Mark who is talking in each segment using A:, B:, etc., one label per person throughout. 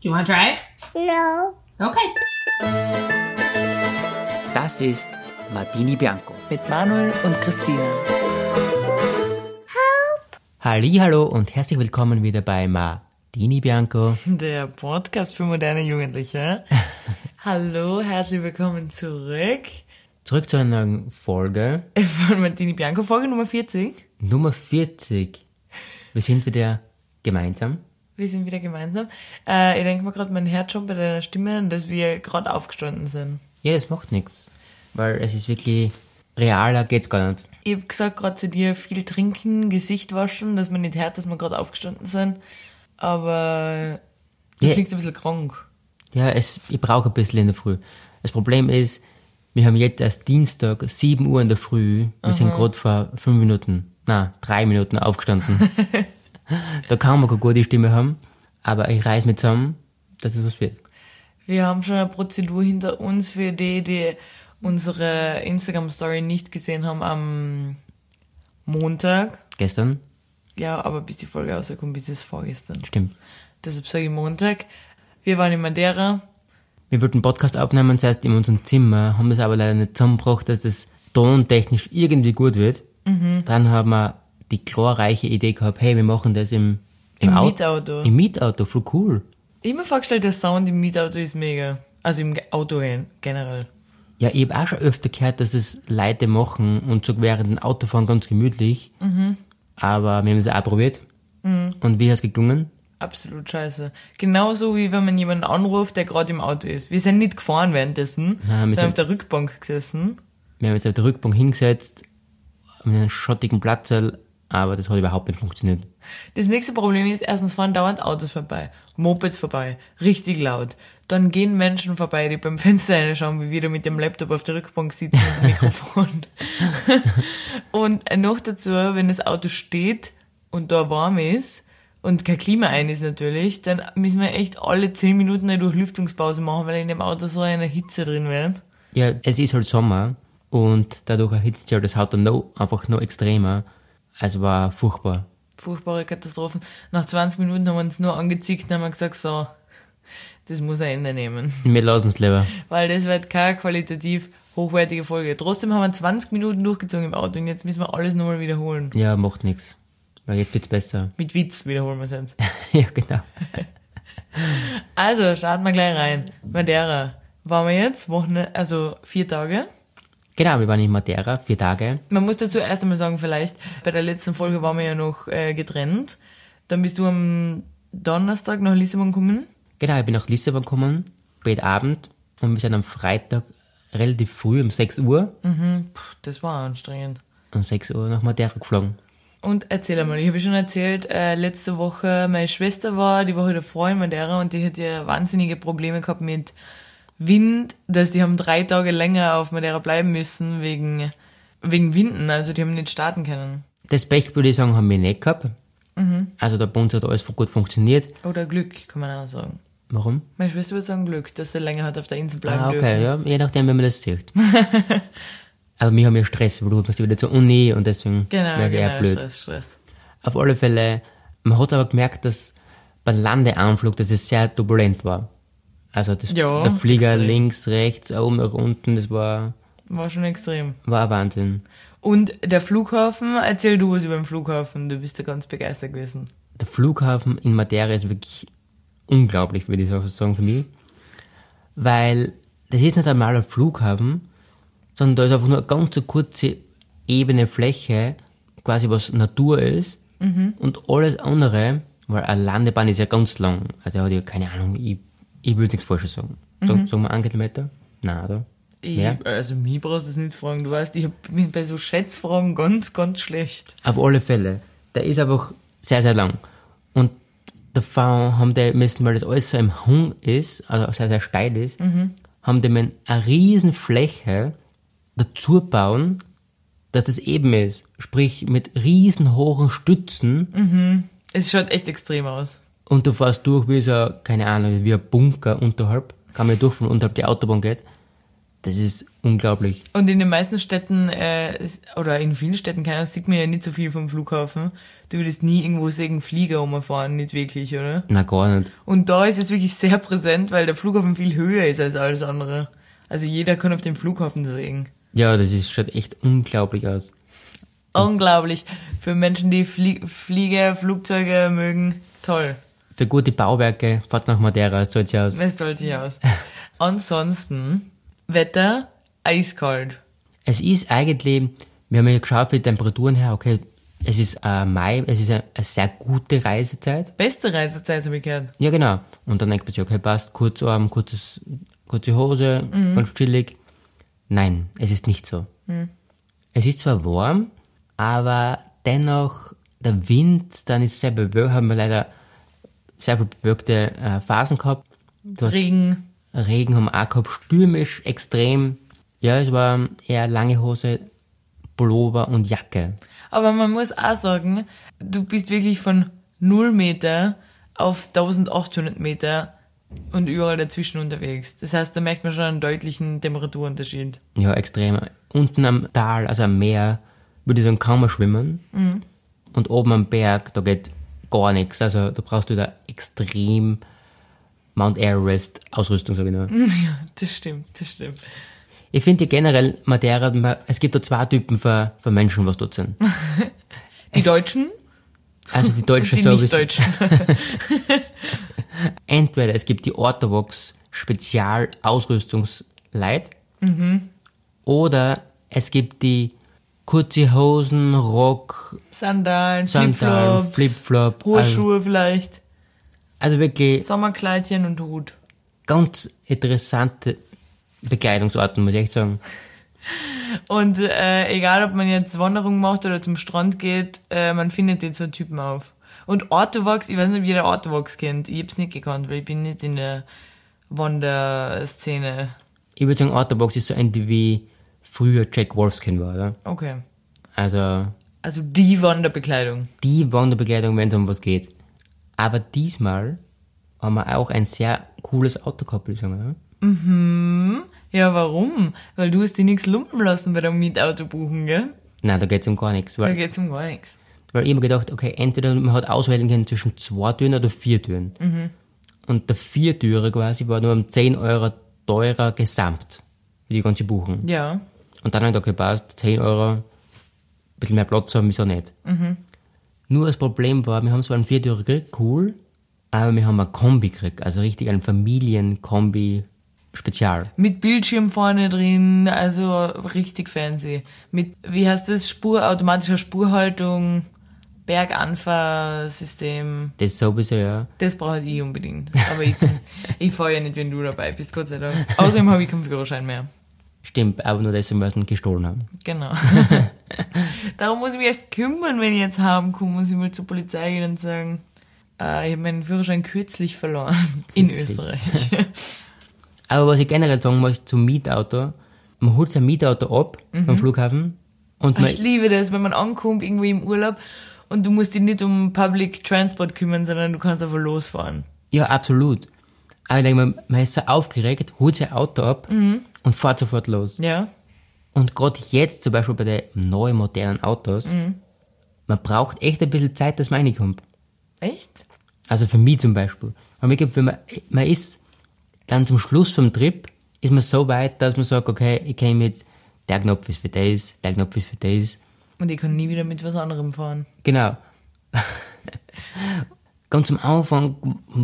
A: Do you want to try it?
B: No.
A: Okay.
C: Das ist Martini Bianco.
D: Mit Manuel und Christina.
C: Hallo und herzlich willkommen wieder bei Martini Bianco.
D: Der Podcast für moderne Jugendliche. Hallo, herzlich willkommen zurück.
C: Zurück zu einer neuen Folge,
D: Von Martini Bianco, Folge Nummer 40.
C: Nummer 40. Wir sind wieder gemeinsam.
D: Wir sind wieder gemeinsam. Äh, ich denke mal gerade, mein Herz schon bei deiner Stimme, dass wir gerade aufgestanden sind.
C: Ja, das macht nichts, weil es ist wirklich realer geht's gar nicht.
D: Ich habe gesagt gerade zu dir, viel trinken, Gesicht waschen, dass man nicht hört, dass wir gerade aufgestanden sind. Aber äh, du
C: Ja.
D: klingst ein bisschen krank.
C: Ja, es, ich brauche ein bisschen in der Früh. Das Problem ist, wir haben jetzt erst Dienstag, 7 Uhr in der Früh. Wir sind gerade vor 5 Minuten, na, 3 Minuten aufgestanden. da kann man keine gute Stimme haben, aber ich reiß mich zusammen, dass es was wird.
D: Wir haben schon eine Prozedur hinter uns für die, die unsere Instagram-Story nicht gesehen haben am Montag.
C: Gestern,
D: Ja, aber bis die Folge rauskommt, bis es vorgestern.
C: stimmt.
D: Deshalb sage ich Montag. Wir waren in Madeira.
C: Wir wollten einen Podcast aufnehmen, zuerst in unserem Zimmer, haben das aber leider nicht zusammengebracht, dass das tontechnisch irgendwie gut wird. Dann haben wir die glorreiche Idee gehabt, hey, wir machen das im, im,
D: Im
C: Au-
D: Mietauto.
C: Im Mietauto, voll cool.
D: Ich hab mir vorgestellt, der Sound im Mietauto ist mega. Also im Ge- Auto gen- generell.
C: Ja, ich hab auch schon öfter gehört, dass es Leute machen und so während dem Autofahren ganz gemütlich. Aber wir haben es auch probiert. Und wie hat's gegangen?
D: Absolut scheiße. Genauso wie wenn man jemanden anruft, der gerade im Auto ist. Wir sind nicht gefahren währenddessen.
C: Nein, wir
D: wir
C: sind-
D: sind auf der Rückbank gesessen.
C: Wir haben jetzt auf der Rückbank hingesetzt, mit einem schottigen Platzl, aber das hat überhaupt nicht funktioniert.
D: Das nächste Problem ist, erstens fahren dauernd Autos vorbei, Mopeds vorbei, richtig laut. Dann gehen Menschen vorbei, die beim Fenster reinschauen, wie wir da mit dem Laptop auf der Rückbank sitzen mit dem Mikrofon. und noch dazu, wenn das Auto steht und da warm ist und kein Klima ein ist natürlich, dann müssen wir echt alle zehn Minuten eine Durchlüftungspause machen, weil in dem Auto so eine Hitze drin wird.
C: Ja, es ist halt Sommer und dadurch erhitzt sich halt das Auto noch, einfach noch extremer. Also war furchtbar.
D: Furchtbare Katastrophen. Nach 20 Minuten haben wir uns nur angezickt und haben gesagt, so, das muss ein Ende nehmen.
C: Wir lassen es lieber.
D: weil das wird keine qualitativ hochwertige Folge. Trotzdem haben wir 20 Minuten durchgezogen im Auto und jetzt müssen wir alles nochmal wiederholen.
C: Ja, macht nichts. Weil jetzt wird's besser.
D: Mit Witz wiederholen wir es jetzt.
C: ja, genau.
D: Also, starten wir gleich rein. Madeira. Waren wir jetzt Wochenende, also vier Tage.
C: Genau, wir waren in Madeira, vier Tage.
D: Man muss dazu erst einmal sagen, vielleicht, bei der letzten Folge waren wir ja noch äh, getrennt. Dann bist du am Donnerstag nach Lissabon gekommen.
C: Genau, ich bin nach Lissabon gekommen, spät Abend und wir sind am Freitag relativ früh um 6 Uhr,
D: Puh, das war anstrengend.
C: um 6 Uhr nach Madeira geflogen.
D: Und erzähl einmal, ich habe schon erzählt, äh, letzte Woche meine Schwester war, halt die Woche davor in Madeira und die hat ja wahnsinnige Probleme gehabt mit Wind, dass die haben drei Tage länger auf Madeira bleiben müssen wegen, wegen Winden, also die haben nicht starten können.
C: Das Pech, würde ich sagen, haben wir nicht gehabt.
D: Mhm.
C: Also der Bund hat alles gut funktioniert.
D: Oder Glück, kann man auch sagen.
C: Warum?
D: Meine Schwester würde sagen Glück, dass sie länger hat auf der Insel bleiben
C: Ah,
D: dürfen.
C: okay, ja, je nachdem, wenn man das sieht. Aber wir haben ja Stress, weil du musst wieder zur Uni und deswegen
D: Genau,
C: wäre es
D: genau,
C: eher blöd.
D: Stress, Stress.
C: Auf alle Fälle, man hat aber gemerkt, dass beim Landeanflug, dass es sehr turbulent war. Also das,
D: Ja,
C: der Flieger
D: extrem.
C: links, rechts, oben, nach unten, das war,
D: War schon extrem.
C: war ein Wahnsinn.
D: Und der Flughafen, erzähl du was über den Flughafen, du bist ja ganz begeistert gewesen.
C: der Flughafen in Madeira ist wirklich unglaublich, würde ich so sagen, für mich. Weil das ist nicht einmal ein Flughafen, sondern da ist einfach nur eine ganz so kurze ebene Fläche, quasi was Natur ist. Und alles andere, weil eine Landebahn ist ja ganz lang. Also hat ja keine Ahnung, ich, ich würde nichts Falsches sagen. Sag- Sagen wir einen Kilometer? Nein, oder?
D: Ich,
C: Mehr?
D: Also mich brauchst du das nicht fragen. Du weißt, ich hab- bin bei so Schätzfragen ganz, ganz schlecht.
C: Auf alle Fälle. Der ist einfach sehr, sehr lang. Und da fahren- haben die müssen, weil das alles so im Hung ist, also sehr, sehr steil ist, haben die müssen eine riesen Fläche dazu bauen, dass das eben ist. Sprich, mit riesen hohen Stützen
D: Es schaut echt extrem aus.
C: und du fährst durch wie so, keine Ahnung, wie ein Bunker unterhalb. Kann man ja durch, wenn man unterhalb die Autobahn geht. Das ist unglaublich.
D: Und in den meisten Städten, äh, ist- oder in vielen Städten, keine Ahnung, sieht man ja nicht so viel vom Flughafen. Du würdest nie irgendwo sehen, einen Flieger rumfahren, nicht wirklich, oder?
C: Na gar nicht.
D: Und da ist es wirklich sehr präsent, weil der Flughafen viel höher ist als alles andere. Also jeder kann auf dem Flughafen sehen.
C: Ja, das ist, schaut echt unglaublich aus.
D: Unglaublich. Für Menschen, die Flie Flieger, Flugzeuge mögen, toll.
C: Für gute Bauwerke, fahrt nach Madeira, es schaut ja aus.
D: Es sollte ich aus. Ansonsten, Wetter, eiskalt.
C: Es ist eigentlich, wir haben ja geschaut für die Temperaturen her, okay, es ist äh, Mai, es ist eine, eine sehr gute Reisezeit.
D: Beste Reisezeit habe ich gehört.
C: Ja, genau. Und dann denkt man sich, okay, passt, Kurzarm, kurzes, kurze Hose, ganz chillig. Nein, es ist nicht so. Es ist zwar warm, aber dennoch der Wind, dann ist sehr bewölkt, haben wir leider sehr viel bewölkte äh, Phasen gehabt. Du hast-
D: Regen.
C: Regen haben wir auch gehabt, stürmisch, extrem. Ja, es war eher lange Hose, Pullover und Jacke.
D: Aber man muss auch sagen, du bist wirklich von 0 Meter auf 1800 Meter und überall dazwischen unterwegs. Das heißt, da merkt man schon einen deutlichen Temperaturunterschied.
C: Ja, extrem. Unten am Tal, also am Meer, würde ich sagen, kann man schwimmen. Und oben am Berg, da geht gar nichts. Also da brauchst du da extrem Mount Everest Ausrüstung, sag ich nur.
D: ja, das stimmt, das stimmt.
C: Ich finde generell Madeira, es gibt da zwei Typen von, von Menschen, was dort sind.
D: Die Deutschen,
C: Also die
D: und
C: deutschen
D: die
C: Service.
D: Nicht-Deutschen.
C: entweder es gibt die Orthovox Spezial Ausrüstungsleit oder es gibt die kurze Hosen, Rock,
D: Sandalen,
C: Sandalen,
D: Flipflops,
C: Flipflop,
D: hohe
C: also-
D: Schuhe vielleicht,
C: also wirklich
D: Sommerkleidchen und Hut.
C: ganz interessante Bekleidungsarten, muss ich echt sagen.
D: Und äh, egal, ob man jetzt Wanderung macht oder zum Strand geht, äh, man findet den zwei Typen auf. Und Orthovox, ich weiß nicht, ob jeder Orthovox kennt. Ich hab's nicht gekannt, weil ich bin nicht in der Wanderszene.
C: Ich würde sagen, Orthovox ist so ein wie früher Jack Wolfskin war, oder?
D: Okay.
C: Also
D: Also die Wanderbekleidung.
C: die Wanderbekleidung, wenn es um was geht. Aber diesmal haben wir auch ein sehr cooles Auto gehabt, würde ich sagen, oder?
D: Ja, warum? Weil du hast dich nichts lumpen lassen bei der Mietauto buchen, gell?
C: Nein, da geht's um gar nichts. Weil
D: Da geht's um gar nichts.
C: Weil ich immer gedacht, okay, entweder man hat auswählen können zwischen zwei Türen oder vier Türen. Und der Viertürer quasi war nur um 10 Euro teurer gesamt für die ganze Buchung.
D: Ja.
C: Und dann habe ich gedacht, okay, passt, 10 Euro, ein bisschen mehr Platz haben, wieso nicht? Nur das Problem war, wir haben zwar einen Viertürer gekriegt, cool, aber wir haben ein Kombi gekriegt, also richtig ein Familienkombi-Spezial.
D: Mit Bildschirm vorne drin, also richtig fancy. Mit, wie heißt das, Spur, automatischer Spurhaltung, Berganfahrsystem.
C: Das sowieso, ja.
D: Das brauche ich unbedingt. Aber ich, ich fahre ja nicht, wenn du dabei bist, Gott sei Dank. Außerdem habe ich keinen Führerschein mehr.
C: Stimmt, aber nur deswegen, weil sie ihn gestohlen haben.
D: Genau. Darum muss ich mich erst kümmern, wenn ich jetzt haben komme, muss ich mal zur Polizei gehen und sagen, äh, ich habe meinen Führerschein kürzlich verloren. In
C: Kürzlich.
D: Österreich.
C: Aber was ich generell sagen muss zum Mietauto, man holt sein Mietauto ab vom Flughafen und man,
D: Ich liebe das, wenn man ankommt, irgendwie im Urlaub und du musst dich nicht um Public Transport kümmern, sondern du kannst einfach losfahren.
C: ja absolut. Aber ich denke, man, man ist so aufgeregt, holt sein Auto ab und fährt sofort los.
D: Ja?
C: Und gerade jetzt zum Beispiel bei den neuen modernen Autos, man braucht echt ein bisschen Zeit, dass man reinkommt.
D: Echt? Also
C: Also für mich zum Beispiel. Und mir gibt, wenn man, man ist dann zum Schluss vom Trip, ist man so weit, dass man sagt, okay, ich käme jetzt, der Knopf ist für das, der Knopf ist für das.
D: Und ich kann nie wieder mit was anderem fahren.
C: Genau. Ganz am Anfang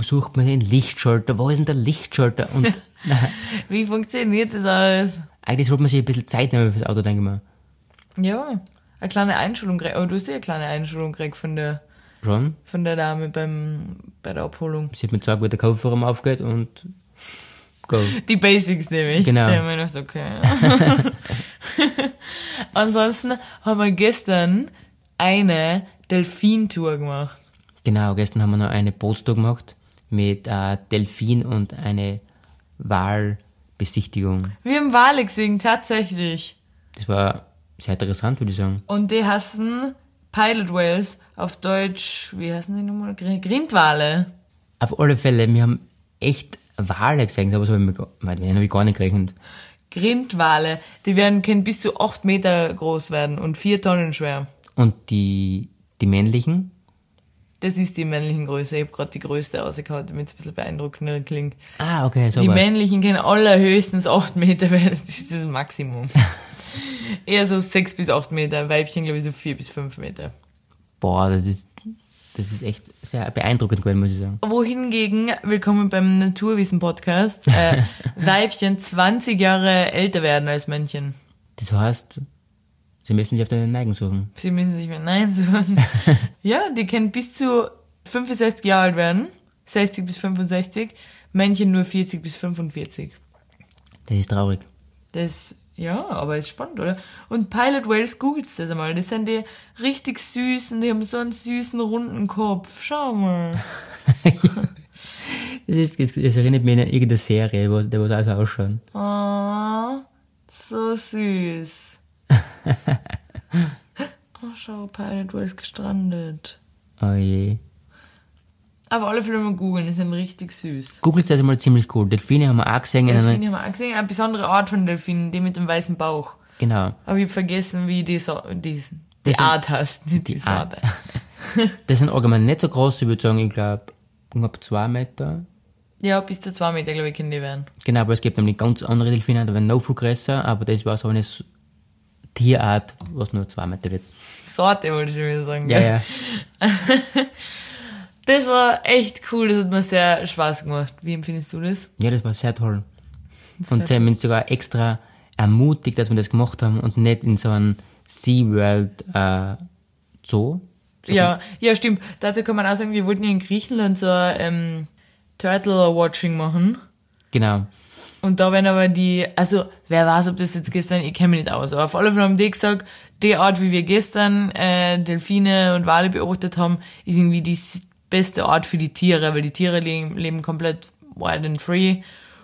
C: sucht man den Lichtschalter. Wo ist denn der Lichtschalter? Und
D: Wie funktioniert das alles?
C: eigentlich sollte man sich ein bisschen Zeit nehmen fürs Auto, denke ich mal.
D: Ja, eine kleine Einschulung gekriegt. Aber du hast ja eine kleine Einschulung gekriegt von der,
C: Schon.
D: von der Dame beim, bei der Abholung.
C: Sie hat mir gesagt, wo der Kofferraum aufgeht und go.
D: Die Basics nämlich.
C: Genau.
D: Da haben wir gedacht, okay. Ansonsten haben wir gestern eine Delfintour gemacht.
C: Genau, gestern haben wir noch eine Bootstour gemacht mit äh, Delfin und eine Wahlbesichtigung.
D: Wir haben Wale gesehen, tatsächlich.
C: Das war sehr interessant, würde ich sagen.
D: Und die heißen Pilot Whales, auf Deutsch, wie heißen die nochmal? Gr- Grindwale.
C: Auf alle Fälle, wir haben echt Wale gesehen, aber so habe ich mir gar- damit habe ich gar nicht gerechnet.
D: Grindwale, die werden, können bis zu 8 Meter groß werden und 4 Tonnen schwer.
C: Und die, die männlichen?
D: Das ist die männlichen Größe. Ich habe gerade die größte ausgehauen, damit es ein bisschen beeindruckender klingt.
C: Ah, okay, so
D: die männlichen können allerhöchstens 8 Meter werden. Das ist das Maximum. Eher so 6 bis 8 Meter. Weibchen, glaube ich, so 4 bis 5 Meter.
C: Boah, das ist, das ist echt sehr beeindruckend gewesen, muss ich sagen.
D: Wohingegen, willkommen beim Naturwissen-Podcast, äh, Weibchen 20 Jahre älter werden als Männchen.
C: Das heißt, sie müssen sich auf deine Neigen suchen.
D: Sie müssen sich mehr Nein suchen. ja, die können bis zu 65 Jahre alt werden. 60 bis 65. Männchen nur 40 bis 45.
C: Das ist traurig.
D: Das, ja, aber ist spannend, oder? Und Pilot Whales googelt's das einmal. Das sind die richtig süßen, die haben so einen süßen, runden Kopf. Schau mal.
C: Das, ist, das, das erinnert mich an irgendeine Serie, wo, der was auch so ausschauen.
D: Oh, so süß. oh, schau, Pilot Whales gestrandet.
C: Oh je.
D: Aber alle Filme mal googeln, die sind richtig süß.
C: Googles das mal ziemlich cool. Delfine haben wir auch gesehen. in einer-
D: Delfine haben wir auch gesehen. Eine besondere Art von Delfinen, die mit dem weißen Bauch.
C: Genau.
D: Aber ich hab vergessen, wie die, so, die, die
C: Das sind-
D: Art heißt, nicht die, Art.
C: Art. Das sind allgemein nicht so groß, ich würde sagen, ich glaube, knapp zwei Meter.
D: Ja, bis zu zwei Meter, glaube ich, können die werden.
C: Genau, aber es gibt nämlich ganz andere Delfine, da werden noch viel größer, aber das war so eine S- Tierart, was nur zwei Meter wird.
D: Sorte, wollte ich schon wieder sagen.
C: Ja,
D: gell?
C: ja.
D: Das war echt cool, das hat mir sehr Spaß gemacht. Wie empfindest du das?
C: Ja, das war sehr toll.
D: Sehr
C: Und sie haben uns sogar extra ermutigt, dass wir das gemacht haben und nicht in so einem SeaWorld äh, Zoo. So
D: Ja, ja, stimmt. Dazu kann man auch sagen, wir wollten ja in Griechenland so ein, ähm, Turtle-Watching machen.
C: Genau.
D: Und da werden aber die, also wer weiß, ob das jetzt gestern, ich kenne mich nicht aus, aber auf alle Fälle haben die gesagt, die Art, wie wir gestern äh, Delfine und Wale beobachtet haben, ist irgendwie die s- beste Art für die Tiere, weil die Tiere leben, leben komplett wild and free.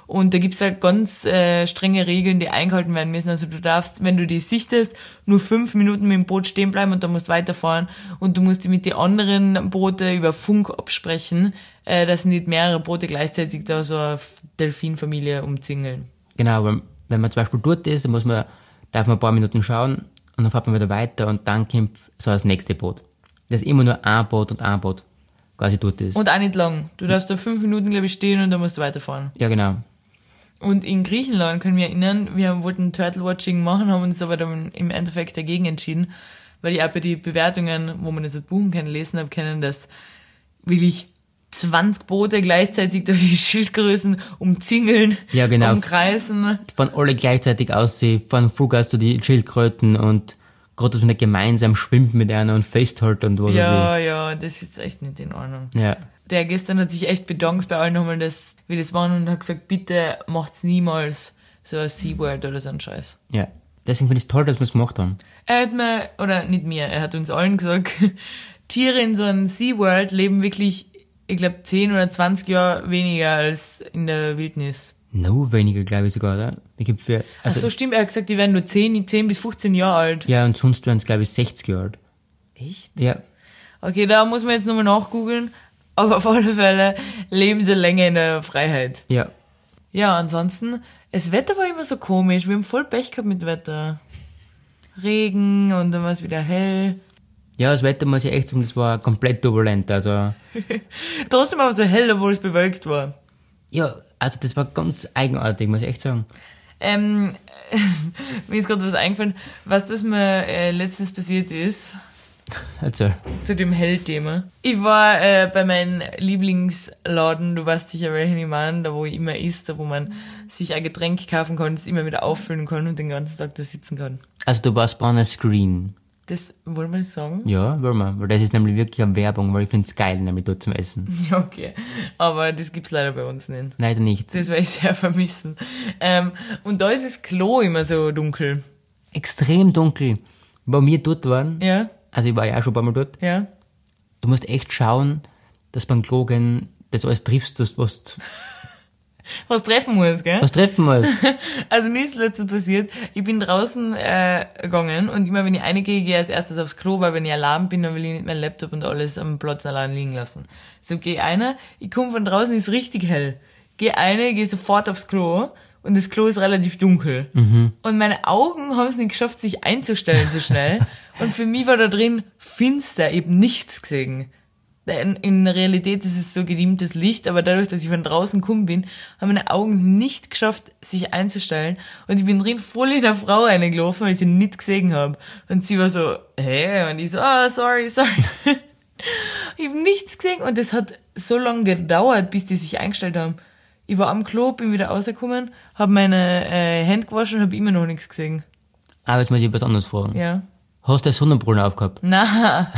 D: Und da gibt's da ganz äh, strenge Regeln, die eingehalten werden müssen. Also du darfst, wenn du die sichtest, nur fünf Minuten mit dem Boot stehen bleiben und dann musst weiterfahren. Und du musst die mit den anderen Boote über Funk absprechen, äh, dass nicht mehrere Boote gleichzeitig da so eine F- Delfinfamilie umzingeln.
C: Genau, weil wenn man zum Beispiel dort ist, dann muss man, darf man ein paar Minuten schauen und dann fährt man wieder weiter und dann kommt so das nächste Boot. Das ist immer nur ein Boot und ein Boot quasi dort ist.
D: Und auch nicht lang. Du darfst da fünf Minuten, glaube ich, stehen und dann musst du weiterfahren.
C: ja, genau.
D: Und in Griechenland können wir erinnern, wir haben- wollten Turtle Watching machen, haben uns aber dann im Endeffekt dagegen entschieden, weil ich auch bei den Bewertungen, wo man das jetzt buchen kann, lesen habe können, dass wirklich 20 Boote gleichzeitig durch die Schildgrößen umzingeln,
C: Ja, genau.
D: umkreisen.
C: Fahren alle gleichzeitig aus, sie fahren Fluggas zu die Schildkröten und gerade wenn er gemeinsam schwimmt mit einer und festhält und was weiß
D: Ja, ja, das ist echt nicht in Ordnung.
C: ich. Ja.
D: Der gestern hat sich echt bedankt bei allen nochmal, dass wir das machen und hat gesagt, bitte macht's niemals so ein SeaWorld oder so ein Scheiß.
C: Ja. Deswegen finde ich es toll, dass wir es gemacht haben.
D: Er hat mir, oder nicht mir, er hat uns allen gesagt, Tiere in so einem SeaWorld leben wirklich, ich glaube, 10 oder 20 Jahre weniger als in der Wildnis.
C: No weniger, glaube ich sogar, oder? Da gibt's für,
D: Also,
C: also,
D: Ach so, stimmt, er hat gesagt, die werden nur 10, 10 bis 15 Jahre alt.
C: ja, und sonst wären es, glaube ich, 60 Jahre alt.
D: Echt?
C: Ja.
D: Okay, da muss man jetzt nochmal nachgoogeln, aber auf alle Fälle leben sie länger in der Freiheit.
C: Ja.
D: Ja, ansonsten, das Wetter war immer so komisch, wir haben voll Pech gehabt mit Wetter. Regen und dann war es wieder hell.
C: Ja, das Wetter muss ich echt sagen, das war komplett turbulent, also.
D: Trotzdem war es so hell, obwohl es bewölkt war.
C: Ja, also das war ganz eigenartig, muss ich echt sagen.
D: Ähm, mir ist gerade was eingefallen. Weißt du, was mir äh, letztens passiert ist?
C: Also,
D: Zu dem Hell-Thema. Ich war äh, bei meinem Lieblingsladen, du weißt sicher, welchen ich meine, da wo ich immer isst, da wo man sich ein Getränk kaufen kann, das immer wieder auffüllen kann und den ganzen Tag da sitzen kann.
C: also du warst bei einer Screen.
D: Das, wollen wir das sagen?
C: Ja, wollen wir. Weil das ist nämlich wirklich eine Werbung, weil ich finde es geil, nämlich dort zum Essen.
D: Ja, okay. Aber das gibt's leider bei uns nicht.
C: Leider nicht.
D: Das werde ich sehr vermissen. Ähm, und da ist das Klo immer so dunkel.
C: Extrem dunkel. Bei mir dort waren,
D: Ja?
C: also ich war ja auch schon ein paar Mal dort,
D: Ja?
C: du musst echt schauen, dass beim Klo gehen, das alles triffst, dass du was,
D: Was treffen muss, gell?
C: was treffen musst.
D: Also mir ist letztens passiert, ich bin draußen äh, gegangen und immer wenn ich reingehe, gehe ich als erstes aufs Klo, weil wenn ich allein bin, dann will ich nicht meinen Laptop und alles am Platz allein liegen lassen. So gehe einer, ich komme von draußen, ist richtig hell. Gehe eine, gehe sofort aufs Klo und das Klo ist relativ dunkel. Und meine Augen haben es nicht geschafft, sich einzustellen so schnell. und für mich war da drin finster, eben nichts gesehen. In, in der Realität ist es so gedimmtes Licht, aber dadurch, dass ich von draußen gekommen bin, haben meine Augen nicht geschafft, sich einzustellen. Und ich bin drin voll in der Frau reingelaufen, weil ich sie nicht gesehen habe. Und sie war so, hä? Und ich so, ah, sorry, sorry. Ich habe nichts gesehen und das hat so lange gedauert, bis die sich eingestellt haben. Ich war am Klo, bin wieder rausgekommen, habe meine äh, Hände gewaschen und habe immer noch nichts gesehen.
C: Aber jetzt muss ich was anderes fragen.
D: Ja. Mhm.
C: Hast du eine Sonnenbrille aufgehabt?
D: Na,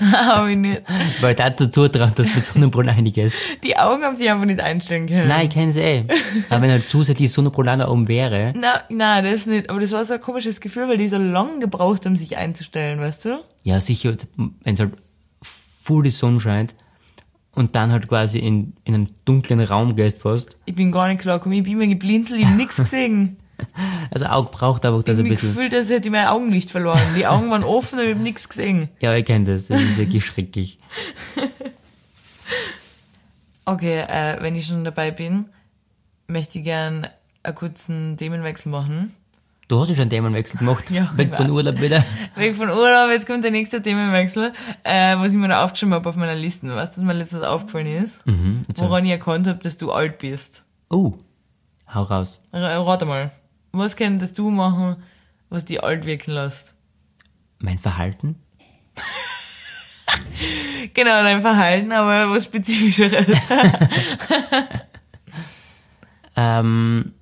D: na, habe ich nicht.
C: Weil dazu zutraut, dass du Sonnenbrille einigest.
D: Die Augen haben sich einfach nicht einstellen können.
C: Nein, ich kenn's eh. Aber wenn halt zusätzlich Sonnenbrille auch noch oben wäre,
D: Na, na, das nicht. Aber das war so ein komisches Gefühl, weil die so lang gebraucht haben, sich einzustellen, weißt du?
C: ja sicher, wenn's halt full die Sonne scheint und dann halt quasi in, in einen dunklen Raum gehst fast.
D: Ich bin gar nicht klar gekommen, ich bin immer geblinzelt, ich habe nichts gesehen.
C: Also Auge braucht einfach das
D: Ich
C: ein
D: habe mich
C: bisschen.
D: gefühlt, als hätte ich mein Augenlicht verloren. Die Augen waren offen, aber ich habe nichts gesehen.
C: Ja, ich kenn das. Das ist wirklich schrecklich.
D: Okay, äh, wenn ich schon dabei bin, möchte ich gern einen kurzen Themenwechsel machen.
C: Du hast ja schon einen Themenwechsel gemacht.
D: Ja, ich
C: Weg von
D: weiß.
C: Urlaub wieder.
D: Weg von Urlaub, jetzt kommt der nächste Themenwechsel, äh, was ich mir noch aufgeschrieben habe auf meiner Liste. Weißt du, was mir letztens aufgefallen ist?
C: Mhm,
D: Woran ich erkannt habe, dass du alt bist.
C: Oh, hau raus.
D: R- Rate Also, äh, mal, was könntest du machen, was dich alt wirken lässt?
C: Mein Verhalten?
D: Genau, dein Verhalten, aber was Spezifischeres.
C: Ähm,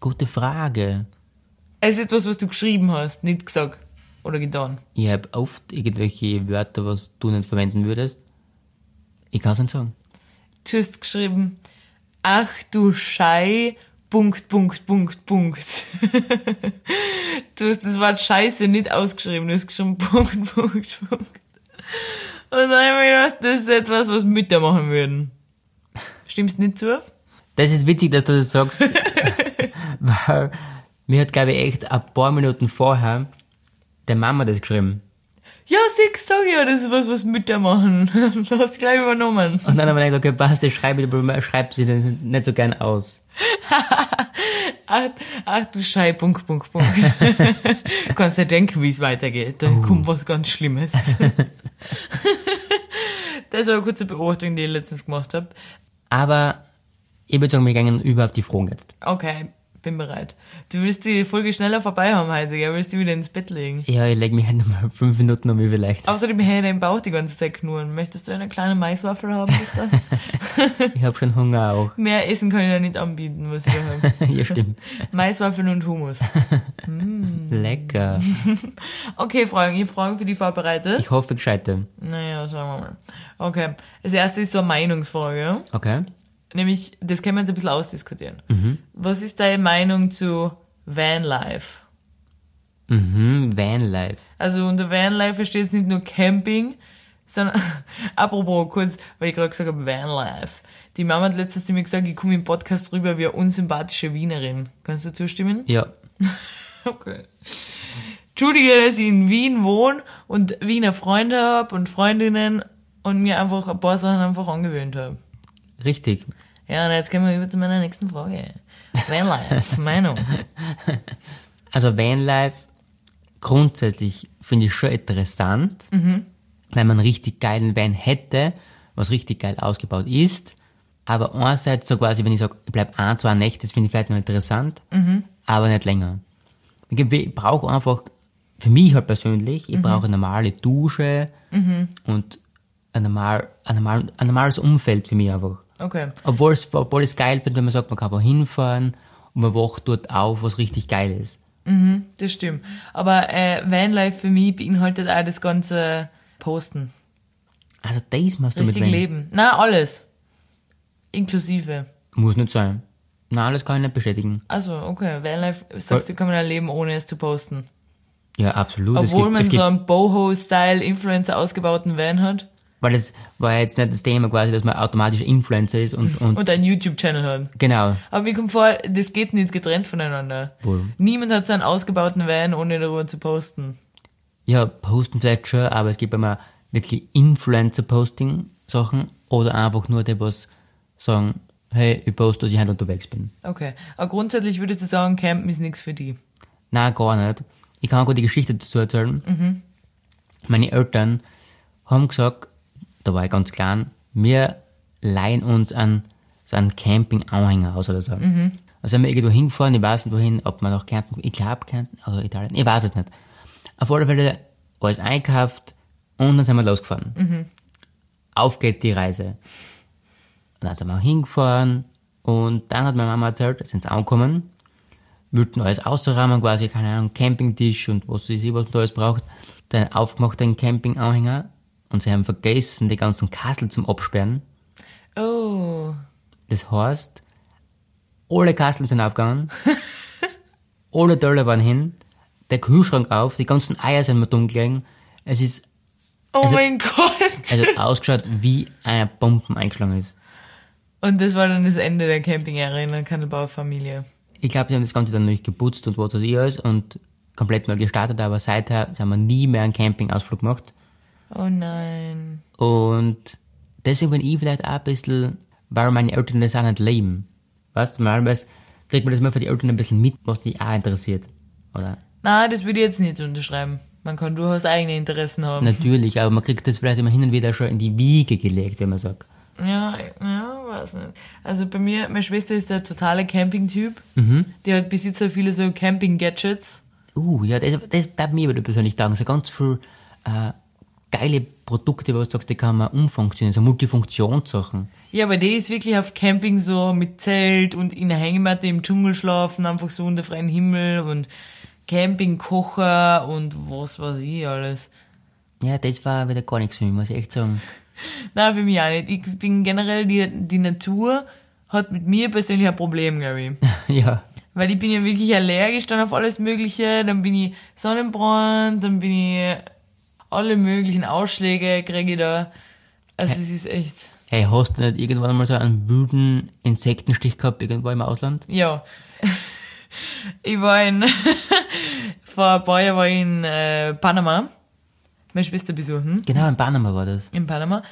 C: gute Frage.
D: es ist etwas, was du geschrieben hast, nicht gesagt oder getan.
C: Ich hab oft irgendwelche Wörter, was du nicht verwenden würdest. Ich kann's nicht sagen.
D: Du hast geschrieben, ach du Schei, Punkt, Punkt, Punkt, Punkt. du hast das Wort Scheiße nicht ausgeschrieben, du hast geschrieben, Punkt, Punkt, Punkt. Und dann habe ich gedacht, das ist etwas, was Mütter machen würden. Stimmst nicht zu?
C: Das ist witzig, dass du das sagst, weil mir hat, glaube ich, echt ein paar Minuten vorher der Mama das geschrieben.
D: Ja, sechs Tage, ja, das ist was, was Mütter machen. du hast gleich übernommen.
C: Und dann habe ich gedacht, okay, passt, das schreibe ich, schreib sie das nicht so gern aus.
D: Ach, ach du Schei, Punkt, Punkt, Punkt. Kannst dir denken, wie es weitergeht. Dann kommt was ganz Schlimmes. das war eine kurze Beobachtung, die ich letztens gemacht habe.
C: Aber ich würde sagen, wir gehen über auf die Fragen jetzt.
D: Okay, bin bereit. Du willst die Folge schneller vorbei haben heute, gell? Willst du wieder ins Bett legen?
C: Ja, ich lege mich halt nochmal fünf Minuten um, vielleicht.
D: Außerdem hält dein Bauch die ganze Zeit knurren. Möchtest du eine kleine Maiswaffel haben, Mister?
C: Ich habe schon Hunger auch.
D: Mehr Essen kann ich dir nicht anbieten, was ich da habe.
C: ja, stimmt.
D: Maiswaffeln und Hummus.
C: Lecker.
D: Okay, Fragen. Ich habe Fragen für dich vorbereitet.
C: Ich hoffe, ich scheite.
D: Naja, schauen wir mal. Okay. Das erste ist so eine Meinungsfrage.
C: Okay?
D: Nämlich, das können wir jetzt ein bisschen ausdiskutieren. Was ist deine Meinung zu Vanlife?
C: Mhm, Vanlife.
D: Also unter Vanlife versteht jetzt nicht nur Camping, sondern, apropos kurz, weil ich gerade gesagt habe, Vanlife. Die Mama hat letztens zu mir gesagt, ich komme im Podcast rüber wie eine unsympathische Wienerin. Kannst du zustimmen?
C: Ja.
D: Okay. Entschuldige, dass ich in Wien wohne und Wiener Freunde habe und Freundinnen und mir einfach ein paar Sachen einfach angewöhnt habe.
C: Richtig.
D: Ja, und jetzt gehen wir über zu meiner nächsten Frage. Vanlife, Meinung.
C: Also Vanlife grundsätzlich finde ich schon interessant, weil man einen richtig geilen Van hätte, was richtig geil ausgebaut ist. Aber einerseits so quasi, wenn ich sage, ich bleib ein, zwei Nächte, das finde ich vielleicht noch interessant, aber nicht länger. Ich glaub, Ich brauche einfach, für mich halt persönlich, ich brauche eine normale Dusche und ein, normal, ein, normal, ein normales Umfeld für mich einfach.
D: Okay.
C: Obwohl es, obwohl es geil wird, wenn man sagt, man kann wo hinfahren und man wacht dort auf, was richtig geil ist.
D: Mhm, Das stimmt. Aber äh, Vanlife für mich beinhaltet auch das ganze Posten.
C: Also das machst du
D: Richtig
C: mit Wein.
D: Leben. Na, alles. Inklusive.
C: Muss nicht sein. Nein, das kann ich nicht bestätigen.
D: Also, okay. Vanlife, sagst du, kann man ein Leben ohne es zu posten.
C: Ja, absolut. es
D: Obwohl
C: gibt,
D: man
C: es
D: so
C: gibt,
D: einen Boho-Style-Influencer ausgebauten Van hat
C: weil das war jetzt nicht das Thema quasi, dass man automatisch Influencer ist und, und,
D: und einen YouTube-Channel hat.
C: genau.
D: Aber mir kommt vor, das geht nicht getrennt voneinander.
C: Wohl.
D: Niemand hat so einen ausgebauten Van, ohne darüber zu posten.
C: Ja, posten vielleicht schon, aber es gibt immer wirklich Influencer-Posting-Sachen oder einfach nur die, was sagen, hey, ich poste, dass ich heute unterwegs bin.
D: Okay. Aber grundsätzlich würdest du sagen, Campen ist nichts für die.
C: Na gar nicht. Ich kann auch gut die Geschichte dazu erzählen. Meine Eltern haben gesagt, da war ich ganz klein, wir leihen uns an so einen Camping-Anhänger aus oder so. Also sind wir irgendwo hingefahren, ich weiß nicht wohin, ob man nach Kärnten, ich glaube Kärnten, also Italien, ich weiß es nicht. Auf alle Fälle alles einkauft und dann sind wir losgefahren. Auf geht die Reise. Dann hat er mal hingefahren und dann hat meine Mama erzählt, sind sie angekommen, wollten alles ausrahmen quasi, keine Ahnung, Campingtisch und was weiß ich, was man da alles braucht. Dann aufgemacht den Campinganhänger und sie haben vergessen, die ganzen Kastel zum Absperren.
D: Oh.
C: Das heißt, alle Kasteln sind aufgegangen, alle Döller waren hin, der Kühlschrank auf, die ganzen Eier sind mit umgelegen. Es ist
D: Oh
C: Also-
D: mein Gott.
C: also ausgeschaut, wie eine Bomben eingeschlagen ist.
D: Und das war dann das Ende der Camping-Arena Kandelbauer-Familie.
C: Ich glaube, sie haben das Ganze dann nicht geputzt und was weiß ich alles und komplett neu gestartet, aber seither haben wir nie mehr einen Campingausflug gemacht.
D: Oh nein.
C: Und deswegen bin ich vielleicht auch ein bisschen, weil meine Eltern das auch nicht leben. Weißt du, normalerweise kriegt man das mal für die Eltern ein bisschen mit, was die auch interessiert. Oder?
D: Na, das würde ich jetzt nicht unterschreiben. Man kann durchaus eigene Interessen haben.
C: Natürlich, aber man kriegt das vielleicht immer hin und wieder schon in die Wiege gelegt, wenn man sagt.
D: Ja, ja, weiß nicht. Also bei mir, meine Schwester ist der totale Camping-Typ.
C: Mhm.
D: Die hat besitzt halt viele so Camping-Gadgets.
C: Uh, ja, das, das darf mir wieder persönlich sagen. So ganz viel äh, geile Produkte, was du sagst, die kann man umfunktionieren, so Multifunktionssachen.
D: Ja, aber die ist wirklich auf Camping so mit Zelt und in der Hängematte im Dschungel schlafen, einfach so unter freiem Himmel und Campingkocher und was weiß ich alles.
C: Ja, das war wieder gar nichts für mich, muss ich echt sagen.
D: Nein, für mich auch nicht. Ich bin generell, die, die Natur hat mit mir persönlich ein Problem, glaube ich.
C: ja.
D: Weil ich bin ja wirklich allergisch dann auf alles Mögliche. Dann bin ich Sonnenbrand, dann bin ich alle möglichen Ausschläge kriege ich da. Also es ist echt.
C: Hey, hast du nicht irgendwann mal so einen wilden Insektenstich gehabt, irgendwo im Ausland?
D: Ja. ich war in vor ein paar Jahren war ich in äh, Panama. Meine Schwester besuchen
C: Genau, in Panama war das.
D: in Panama.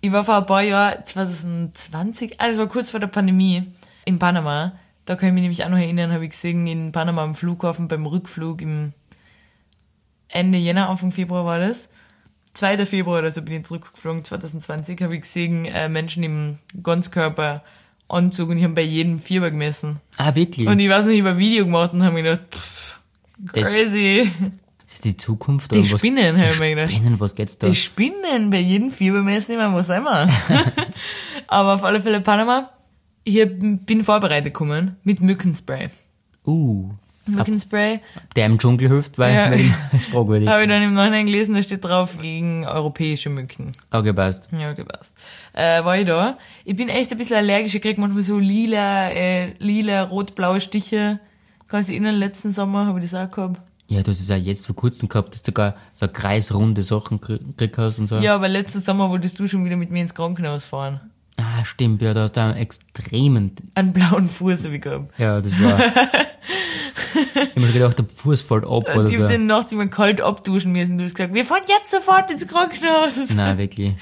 D: Ich war vor ein paar Jahren, 2020, also war kurz vor der Pandemie, in Panama. Da kann ich mich nämlich auch noch erinnern, habe ich gesehen, in Panama am Flughafen beim Rückflug im Ende Jänner, Anfang Februar war das. 2. Februar oder so bin ich zurückgeflogen, 2020, habe ich gesehen, äh, Menschen im Ganzkörperanzug und ich habe bei jedem Fieber gemessen.
C: Ah, wirklich?
D: Und ich weiß nicht, über Video gemacht und habe mir gedacht, pff,
C: Das-
D: crazy.
C: ist das die Zukunft?
D: Die
C: oder was?
D: Spinnen, habe ich mir gedacht.
C: Spinnen, was geht's da?
D: Die Spinnen bei jedem Fiebermessen immer, was immer. Aber auf alle Fälle Panama. Ich hab- bin vorbereitet gekommen mit Mückenspray.
C: Uh,
D: Mückenspray
C: der im Dschungel hilft, weil
D: Ja.
C: weil ich- das ist fragwürdig.
D: habe ich dann im Nachhinein gelesen, da steht drauf gegen europäische Mücken.
C: Okay, passt.
D: Ja, okay, passt. Äh, war ich da. Ich bin echt ein bisschen allergisch, ich krieg manchmal so lila, äh, lila, rot-blaue Stiche. Kannst du dich erinnern, letzten Sommer habe ich das auch gehabt.
C: Ja, du hast es ja jetzt vor kurzem gehabt, dass du sogar so kreisrunde Sachen krie- gekriegt hast und so.
D: Ja, aber letzten Sommer wolltest du schon wieder mit mir ins Krankenhaus fahren.
C: Ah, stimmt, ja, da hast du einen extremen...
D: Einen blauen Fuß habe ich gehabt.
C: Ja, das war... ich hab mir schon gedacht, der Fuß fällt ab oder
D: Und ich hab
C: so.
D: den nachts immer kalt abduschen müssen. Du hast gesagt, wir fahren jetzt sofort ins Krankenhaus.
C: Nein, wirklich.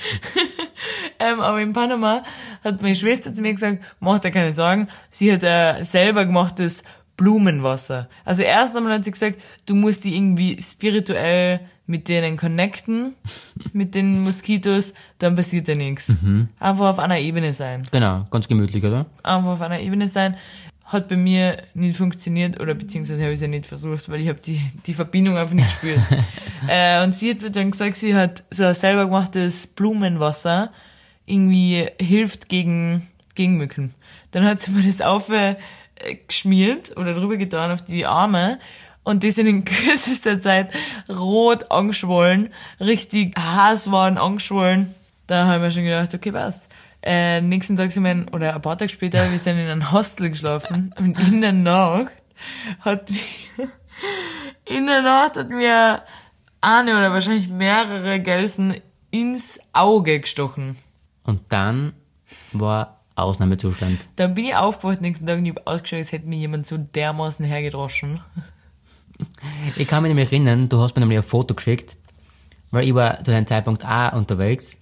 D: Ähm, aber in Panama hat meine Schwester zu mir gesagt, mach dir keine Sorgen, sie hat äh, selber gemachtes Blumenwasser. Also erst einmal hat sie gesagt, du musst die irgendwie spirituell mit denen connecten, mit den Moskitos, dann passiert ja nichts.
C: Mhm.
D: Einfach auf einer Ebene sein.
C: Genau, ganz gemütlich, oder?
D: einfach auf einer Ebene sein. Hat bei mir nicht funktioniert oder beziehungsweise habe ich es ja nicht versucht, weil ich habe die, die Verbindung einfach nicht gespürt. äh, und sie hat mir dann gesagt, sie hat so ein selber gemachtes Blumenwasser irgendwie hilft gegen, gegen Mücken. Dann hat sie mir das auf äh, geschmiert oder drüber getan auf die Arme und die sind in kürzester Zeit rot angeschwollen, richtig heiß waren angeschwollen. Da habe ich mir schon gedacht, okay, passt. Äh, nächsten Tag sind wir, in, oder ein paar Tage später, wir sind in einem Hostel geschlafen und in der Nacht hat mir- in der Nacht hat mir eine oder wahrscheinlich mehrere Gelsen ins Auge gestochen.
C: Und dann war Ausnahmezustand.
D: Dann bin ich aufgewacht nächsten Tag und ich hab ausgeschaut, als hätte mir jemand so dermaßen hergedroschen.
C: Ich kann mich nämlich erinnern, du hast mir nämlich ein Foto geschickt, weil ich war zu dem Zeitpunkt auch unterwegs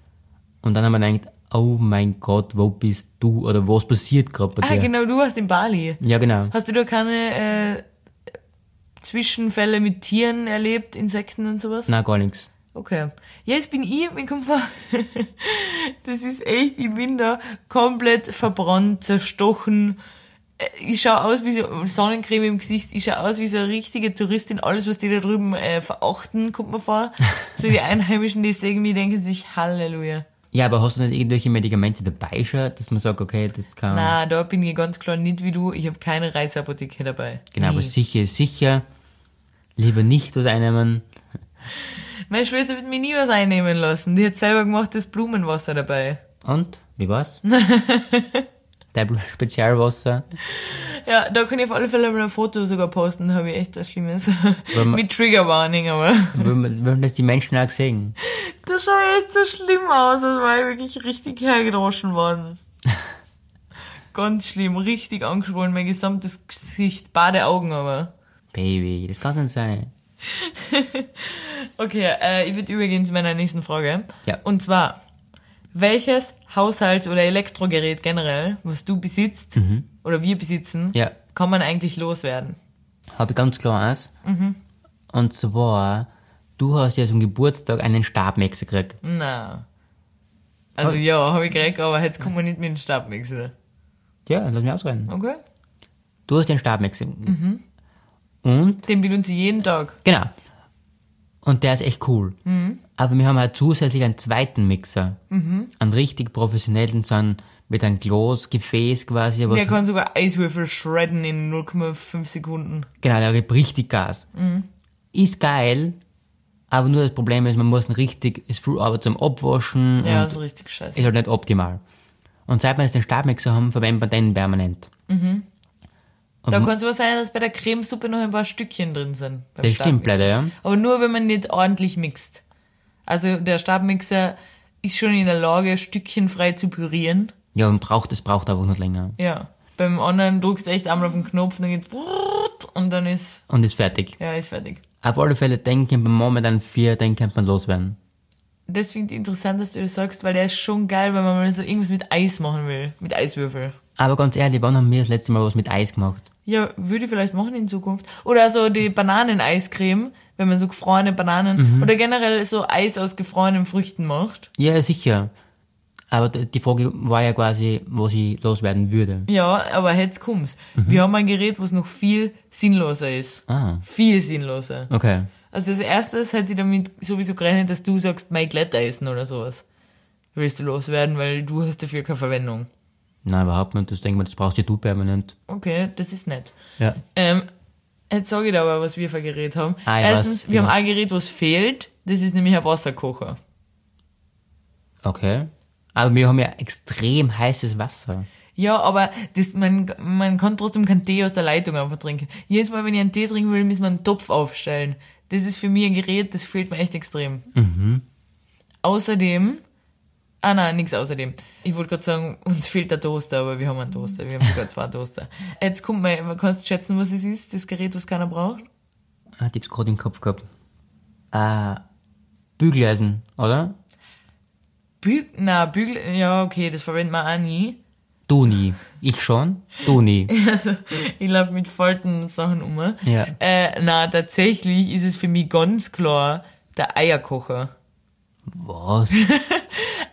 C: und dann haben wir gedacht, oh mein Gott, wo bist du oder was passiert gerade bei
D: Ah,
C: dir?
D: genau, du warst in Bali.
C: Ja, genau.
D: Hast du da keine äh, Zwischenfälle mit Tieren erlebt, Insekten und sowas?
C: Na gar nichts.
D: Okay. Ja, jetzt bin ich, mein Komfort. Das ist echt, ich bin da komplett verbrannt, zerstochen. Äh, Ich schaue aus wie so Sonnencreme im Gesicht, ich schaue aus wie so eine richtige Touristin. Alles, was die da drüben äh, verachten, kommt mir vor. So die Einheimischen, die sehen mich, denken sich, Halleluja.
C: Ja, aber hast du nicht irgendwelche Medikamente dabei schon, dass man sagt, okay, das kann...
D: Na, da bin ich ganz klar nicht wie du, ich habe keine Reiseapotheke dabei.
C: Genau,
D: Nie.
C: aber sicher ist sicher. Lieber nicht was einnehmen.
D: Meine Schwester wird mir nie was einnehmen lassen. Die hat selber gemacht das Blumenwasser dabei.
C: Und, wie war's? Dein Spezialwasser.
D: Ja, da kann ich auf alle Fälle mal ein Foto sogar posten, habe ich echt was Schlimmes.
C: Wenn man-
D: Mit Trigger Warning, aber.
C: Würden würden das die Menschen auch sehen?
D: Das schaut echt so schlimm aus, als war ich wirklich richtig hergedroschen worden. Ganz schlimm, richtig angeschwollen, mein gesamtes Gesicht, beide Augen aber.
C: Baby, das kann nicht sein.
D: Okay, äh, ich würde übergehen zu meiner nächsten Frage.
C: Ja.
D: Und zwar, welches Haushalts- oder Elektrogerät generell, was du besitzt oder wir besitzen,
C: Mhm. Ja.
D: kann man eigentlich loswerden?
C: Habe ich ganz klar eins. Und zwar, du hast ja zum Geburtstag einen Stabmixer gekriegt.
D: Na. Also ja, habe ich gekriegt, aber jetzt kommt man nicht mit dem Stabmixer.
C: Ja, lass mich ausreden.
D: Okay?
C: Du hast den Stabmixer. Und,
D: Den benutze ich jeden Tag.
C: genau. Und der ist echt cool. Aber wir haben halt zusätzlich einen zweiten Mixer. Einen richtig professionellen, so einen, mit einem Glas, Gefäß quasi. aber
D: Der
C: so-
D: kann sogar Eiswürfel shredden in 0,5 Sekunden.
C: Genau, der gibt richtig Gas. Ist geil, aber nur das Problem ist, man muss ihn richtig, ist viel Arbeit zum Abwaschen
D: Ja,
C: und
D: das ist richtig scheiße.
C: ist halt nicht optimal. Und seit wir jetzt den Stabmixer haben, verwenden wir den permanent.
D: Da kann es aber sein, dass bei der Cremesuppe noch ein paar Stückchen drin sind. beim
C: Das stimmt
D: Stabmixer.
C: leider, ja.
D: Aber nur, wenn man nicht ordentlich mixt. Also der Stabmixer ist schon in der Lage, Stückchen frei zu pürieren.
C: Ja, man braucht, es braucht einfach nicht länger.
D: Ja. Beim anderen drückst du echt einmal auf den Knopf, dann geht's brrrt und dann ist,
C: Und ist fertig.
D: ja, ist fertig.
C: Auf alle Fälle, den könnte man momentan vier, den könnte man loswerden.
D: Das finde ich interessant, dass du das sagst, weil der ist schon geil, wenn man mal so irgendwas mit Eis machen will. Mit Eiswürfel.
C: Aber ganz ehrlich, wann haben wir das letzte Mal was mit Eis gemacht?
D: Ja, würde ich vielleicht machen in Zukunft. Oder so die Bananeneiscreme, wenn man so gefrorene Bananen oder generell so Eis aus gefrorenen Früchten macht.
C: Ja, sicher. Aber d- die Frage war ja quasi, was ich loswerden würde.
D: Ja, aber jetzt kommt's. Wir haben ein Gerät, was noch viel sinnloser ist.
C: Ah.
D: Viel sinnloser.
C: Okay.
D: Also als erstes hätte ich damit sowieso gerechnet, dass du sagst, mein Glätteisen oder sowas. Willst du loswerden, weil du hast dafür keine Verwendung.
C: Nein, überhaupt nicht. Das denke ich mir, das brauchst ja du permanent.
D: Okay, das ist nett.
C: Ja.
D: Ähm, jetzt sage ich dir aber, was wir für ein Gerät haben.
C: Ah, ich
D: Erstens,
C: weiß,
D: wir
C: genau.
D: haben ein Gerät, was fehlt. Das ist nämlich ein Wasserkocher.
C: Okay. Aber wir haben ja extrem heißes Wasser.
D: Ja, aber das, man, man kann trotzdem keinen Tee aus der Leitung einfach trinken. Jedes Mal, wenn ich einen Tee trinken will, muss man einen Topf aufstellen. Das ist für mich ein Gerät, das fehlt mir echt extrem.
C: Mhm.
D: Außerdem, ah nein, nichts außerdem. Ich wollte gerade sagen, uns fehlt der Toaster, aber wir haben einen Toaster, wir haben sogar zwei Toaster. Jetzt kommt mal, kannst du schätzen, was es ist, das Gerät, was keiner braucht?
C: Ah, ich hab's gerade im Kopf gehabt. Ah, Bügeleisen, oder?
D: Büg, na, Bügel, ja, okay, das verwendet man auch nie.
C: Du nie. Ich schon? Du nie.
D: Also, ich laufe mit Falten und Sachen um.
C: Ja.
D: Äh, na, tatsächlich ist es für mich ganz klar der Eierkocher.
C: Was?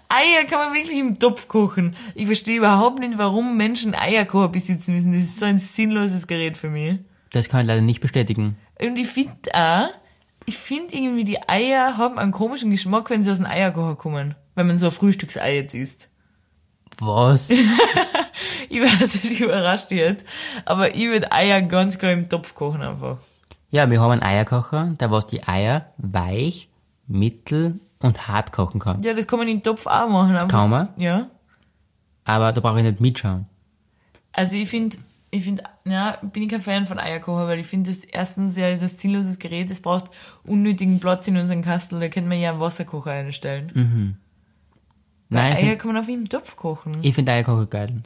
D: Eier kann man wirklich im Topf kochen. Ich verstehe überhaupt nicht, warum Menschen Eierkocher besitzen müssen. Das ist so ein sinnloses Gerät für mich.
C: Das kann ich leider nicht bestätigen.
D: Und ich finde auch, ich finde irgendwie, die Eier haben einen komischen Geschmack, wenn sie aus dem Eierkocher kommen. Wenn man so ein Frühstücksei jetzt isst.
C: Was?
D: Ich weiß, es überrascht dich jetzt, aber ich würde Eier ganz klar im Topf kochen einfach.
C: Ja, wir haben einen Eierkocher, der was die Eier weich, mittel und hart kochen kann.
D: Ja, das kann man im Topf auch machen. Einfach.
C: Kaum mal.
D: Ja.
C: Aber da brauche ich nicht mitschauen.
D: Also ich finde, ich finde, ja, bin ich kein Fan von Eierkocher, weil ich finde, das erstens ja ist ein zielloses Gerät, es braucht unnötigen Platz in unserem Kastel, da könnte man ja einen Wasserkocher einstellen.
C: Nein, ich
D: Eier
C: finde
D: kann man auf im Topf kochen.
C: ich find Eierkocher geil.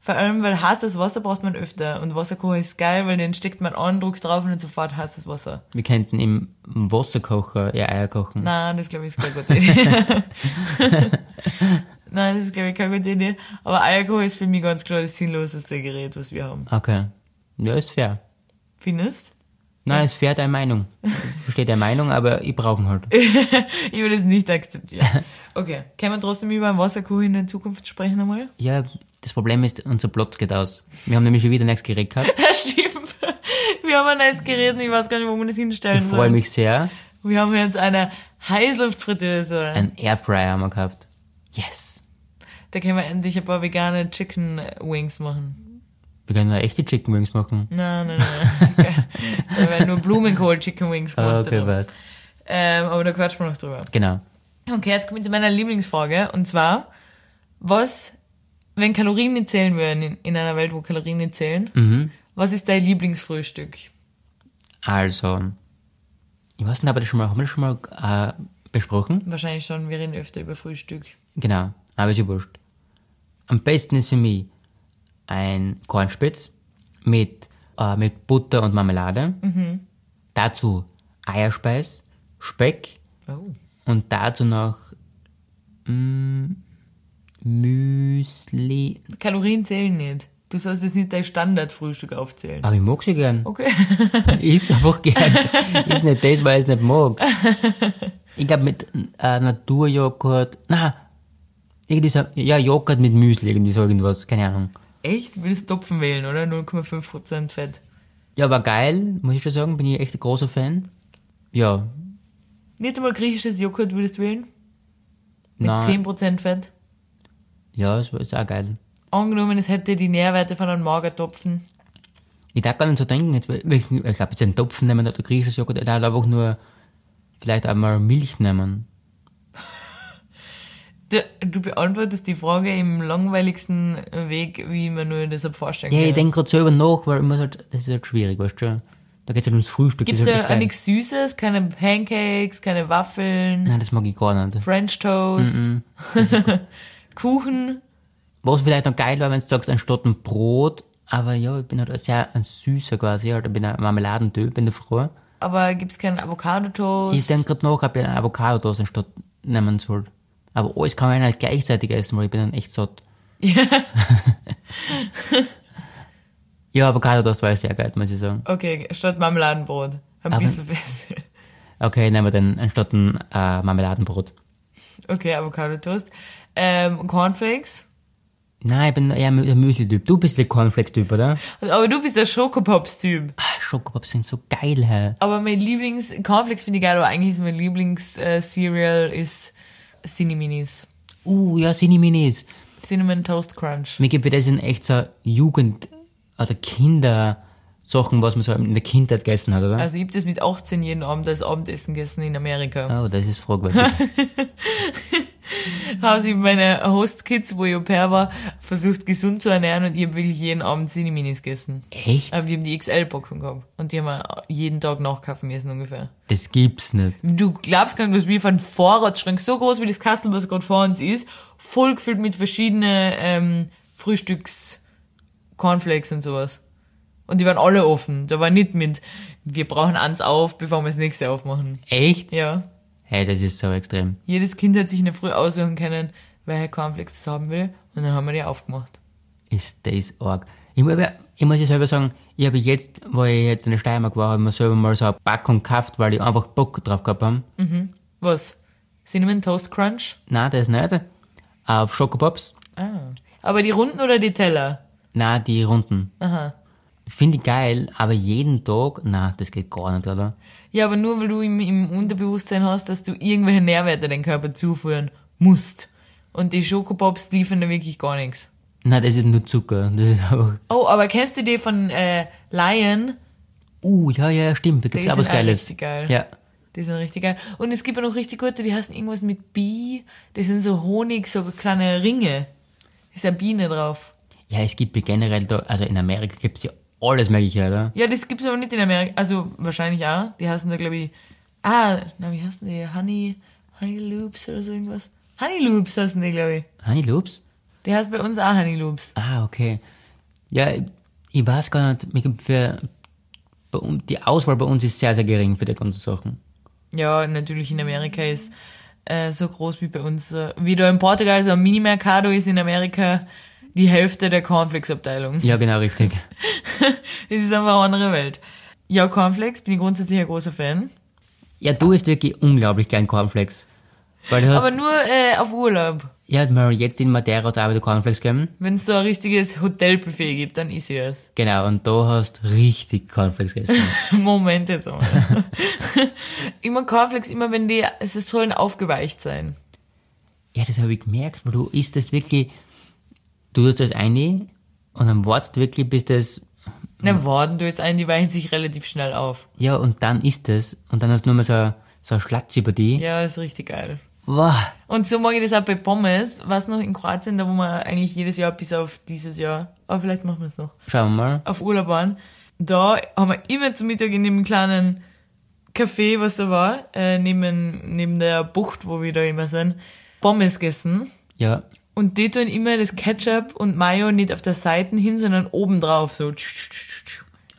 D: Vor allem, weil heißes Wasser braucht man öfter und Wasserkocher ist geil, weil den steckt man an, drückt drauf und dann sofort heißes Wasser.
C: Wir könnten im Wasserkocher eher Eier kochen.
D: Na, das glaube ich ist keine gute Idee. Nein, das ist, glaube ich, keine gute Idee. Aber Alkohol ist für mich ganz klar das sinnloseste Gerät, was wir haben.
C: Okay. Ja, ist fair.
D: Findest?
C: Nein, ist fair deine Meinung. Ich verstehe deine Meinung, aber ich brauche ihn halt.
D: Ich würde es nicht akzeptieren. Okay. Können wir trotzdem über einen Wasserkuchen in der Zukunft sprechen einmal?
C: Ja, das Problem ist, unser Platz geht aus. Wir haben nämlich schon wieder ein neues Gerät gehabt.
D: Das stimmt. Wir haben ein neues Gerät und ich weiß gar nicht, wo wir das hinstellen
C: Ich freue mich sehr.
D: Wir haben jetzt eine Heißluftfritteuse.
C: Ein Airfryer haben wir gehabt. Yes.
D: Da können wir endlich ein paar vegane Chicken Wings machen.
C: Wir können da echte Chicken Wings machen.
D: Nein, nein, nein. da werden nur Blumenkohl Chicken Wings
C: Ah,
D: gemacht.
C: okay,
D: oder?
C: was?
D: ähm, aber da quatschen wir noch drüber.
C: Genau.
D: Okay, jetzt kommt zu meiner Lieblingsfrage. Und zwar, was, wenn Kalorien nicht zählen würden, in, in einer Welt, wo Kalorien nicht zählen,
C: Mhm.
D: was ist dein Lieblingsfrühstück?
C: Also, ich weiß nicht, aber das schon mal, haben wir das schon mal äh, besprochen?
D: Wahrscheinlich schon, wir reden öfter über Frühstück.
C: Genau, aber ist ja wurscht. Am besten ist für mich ein Kornspitz mit, äh, mit Butter und Marmelade. Mhm. Dazu Eierspeis, Speck
D: Oh.
C: und dazu noch mm, Müsli.
D: Kalorien zählen nicht. Du sollst jetzt nicht dein Standardfrühstück aufzählen.
C: Aber ich mag sie gern.
D: Okay.
C: Ist einfach gern. Ist nicht das, weil ich es nicht mag. Ich glaube, mit äh, Naturjoghurt, na, irgendwie so, ja, Joghurt mit Müsli, irgendwie so irgendwas, keine Ahnung.
D: Echt? Willst Topfen wählen, oder? 0,5% Fett.
C: Ja, war geil, muss ich schon sagen, bin ich echt ein großer Fan. Ja,
D: Nicht einmal griechisches Joghurt würdest wählen? Mit
C: na,
D: 10% Fett?
C: ja, es war ist auch geil.
D: Angenommen, es hätte die Nährwerte von einem Magertopfen.
C: Ich darf gar nicht so denken, jetzt, weil- ich glaube, jetzt einen Topf nehmen oder griechisches Joghurt, ich darf einfach nur vielleicht einmal Milch nehmen.
D: Du, du beantwortest die Frage im langweiligsten Weg, wie man nur deshalb vorstellen
C: Ja,
D: kann.
C: ich denke gerade selber nach, weil immer halt, das ist halt schwierig, weißt du. Da geht's halt ums Frühstück.
D: Gibt's
C: das ist halt
D: da
C: echt
D: auch
C: geil.
D: nichts Süßes? Keine Pancakes, keine Waffeln,
C: Nein, das mag ich gar nicht.
D: French Toast, Kuchen?
C: Was vielleicht noch geil war, wenn du sagst, anstatt ein Brot, aber ja, ich bin halt sehr ein Süßer quasi, halt, ich bin ein Marmeladentyp in der Früh.
D: Aber gibt's keinen Avocado-Toast?
C: Ich denke gerade nach, ob ich einen Avocado anstatt nehmen soll. Aber alles kann man halt gleichzeitig essen, weil ich bin dann echt satt. Ja, Avocado war sehr geil, muss ich sagen.
D: Okay, statt Marmeladenbrot. Ein
C: Aber-
D: bisschen besser.
C: Okay, nehmen wir dann anstatt ein äh, Marmeladenbrot.
D: Okay, Avocado-Toast. Ähm, Cornflakes.
C: Nein, ich bin eher Mü- der Müsli-Typ. Du bist der Cornflakes-Typ, oder?
D: Aber du bist der Schokopops-Typ.
C: Ah, Schokopops sind so geil, hä?
D: Aber mein Lieblings... Cornflakes finde ich geil, aber eigentlich ist mein Lieblings-Cereal ist Cineminis.
C: Uh, ja, Siniminis.
D: Cinnamon Toast Crunch.
C: Mir gibt das sind echt so Jugend- oder Kindersachen, was man so in der Kindheit gegessen hat, oder?
D: Also ich hab das mit 18 jeden Abend als Abendessen gegessen in Amerika.
C: Oh, das ist fragwürdig.
D: Habe ich meine Host-Kids, wo ich au pair war, versucht gesund zu ernähren und ich hab wirklich jeden Abend Cineminis gegessen.
C: echt?
D: Aber wir haben die XL-Packung gehabt und die haben wir jeden Tag nachkaufen müssen ungefähr.
C: Das gibt's nicht.
D: Du glaubst gar nicht, was wir für einen Vorratsschrank, so groß wie das Kastel, was gerade vor uns ist, vollgefüllt mit verschiedenen ähm, Frühstücks-Cornflakes und sowas. Und die waren alle offen. Da war nicht mit, wir brauchen eins auf, bevor wir das nächste aufmachen.
C: Echt?
D: Ja.
C: Hey, das ist so extrem.
D: Jedes Kind hat sich in der Früh aussuchen können, welche Cornflakes es haben will. Und dann haben wir die aufgemacht.
C: Ist das arg. Ich, mu- ich muss ja selber sagen, ich habe jetzt, wo ich jetzt in der Steiermark war, habe ich mir selber mal so eine Packung gekauft, weil ich einfach Bock drauf gehabt habe.
D: Was? Cinnamon Toast Crunch?
C: Nein, das nicht. Auf Schokopops.
D: Ah. Aber die runden oder die Teller?
C: Nein, die Runden.
D: Aha.
C: Finde ich geil, aber jeden Tag, na, das geht gar nicht, oder?
D: Ja, aber nur weil du im, im Unterbewusstsein hast, dass du irgendwelche Nährwerte deinem Körper zuführen musst. Und die Schokopops liefern da wirklich gar nichts.
C: Nein, das ist nur Zucker. Das ist einfach
D: Oh, aber kennst du die von äh, Lion?
C: Uh, ja, ja, stimmt, da gibt's
D: Die
C: auch was
D: sind auch
C: Geiles.
D: richtig geil.
C: Ja.
D: Die sind richtig geil. Und es gibt ja noch richtig gute, die heißen irgendwas mit Bi. Die sind so Honig, so kleine Ringe. Ist eine Biene drauf.
C: ja, es gibt ja generell da, also in Amerika gibt's ja alles Mögliche, oder?
D: Ja, das gibt's aber nicht in Amerika. Also wahrscheinlich auch. Die heißen da, glaube ich. Ah, na, wie heißen die? Honey, Honey Loops oder so irgendwas. Honey Loops heißen die, glaube ich.
C: Honey Loops?
D: Die heißt bei uns auch Honey Loops.
C: Ah, okay. Ja, ich- ich weiß gar nicht, mir gibt für, bei uns- die Auswahl bei uns ist sehr, sehr gering für die ganzen Sachen.
D: Ja, natürlich in Amerika ist äh, so groß wie bei uns. äh, Wie da in Portugal so ein Mini-Mercado ist in Amerika die Hälfte der Cornflakes-Abteilung.
C: Ja, genau, richtig.
D: Es ist einfach eine andere Welt. Ja, Cornflakes, bin ich grundsätzlich ein großer Fan.
C: Ja, du isst wirklich unglaublich gern Cornflakes. Weil du hast,
D: Aber nur äh, auf Urlaub.
C: ja, Mary, jetzt in Madeira hat's auch wieder Cornflakes gegeben.
D: Wenn es so ein richtiges Hotelbuffet gibt, dann ist ich das.
C: Genau, und da hast richtig Cornflakes gegessen.
D: Moment jetzt einmal. immer Cornflakes, immer wenn die, es sollen aufgeweicht sein.
C: ja, das habe ich gemerkt, weil du isst das wirklich, du tust das eine und dann wartest wirklich, bis das,
D: Na, warten du jetzt ein, die weichen sich relativ schnell auf.
C: ja, und dann isst das und dann hast du nur mal so, eine- so eine Schlatzi-Partie.
D: Ja, das ist richtig geil.
C: Wow.
D: Und so mag ich das auch bei Pommes. Was noch in Kroatien, da wo wir eigentlich jedes Jahr bis auf dieses Jahr, aber vielleicht machen wir es noch,
C: Schauen wir mal.
D: auf Urlaub waren. Da haben wir immer zum Mittag in dem kleinen Café, was da war, äh, neben, neben der Bucht, wo wir da immer sind, Pommes gegessen.
C: Ja,
D: Und die tun immer das Ketchup und Mayo nicht auf der Seiten hin, sondern oben drauf, so.